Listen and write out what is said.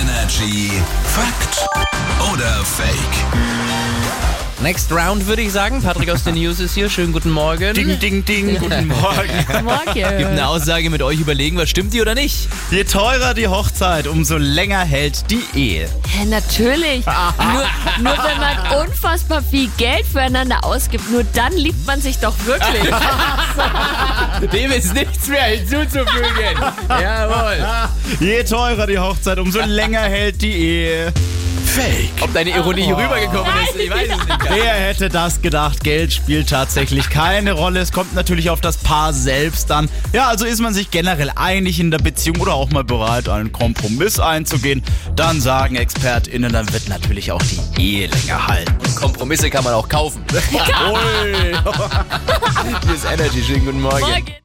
Energy Fakt oder Fake? Next round würde ich sagen. Patrick aus den News ist hier. Schönen guten Morgen. Ding, ding, ding, guten Morgen. Gibt eine Aussage mit euch überlegen, was stimmt die oder nicht? Je teurer die Hochzeit, umso länger hält die Ehe. Ja, Äh, natürlich. nur, nur wenn man unfassbar viel Geld füreinander ausgibt, nur dann liebt man sich doch wirklich. Dem ist nichts mehr hinzuzufügen. Jawohl. Je teurer die Hochzeit, umso länger hält die Ehe. Fake. Ob deine Ironie hier rübergekommen ist, ich weiß es nicht. Wer hätte das gedacht? Geld spielt tatsächlich keine Rolle. Es kommt natürlich auf das Paar selbst an. Ja, also ist man sich generell einig in der Beziehung oder auch mal bereit, einen Kompromiss einzugehen, dann sagen ExpertInnen, dann wird natürlich auch die Ehe länger halten. Kompromisse kann man auch kaufen. Ui. Hier ist Energy. Schönen guten Morgen. Morgen.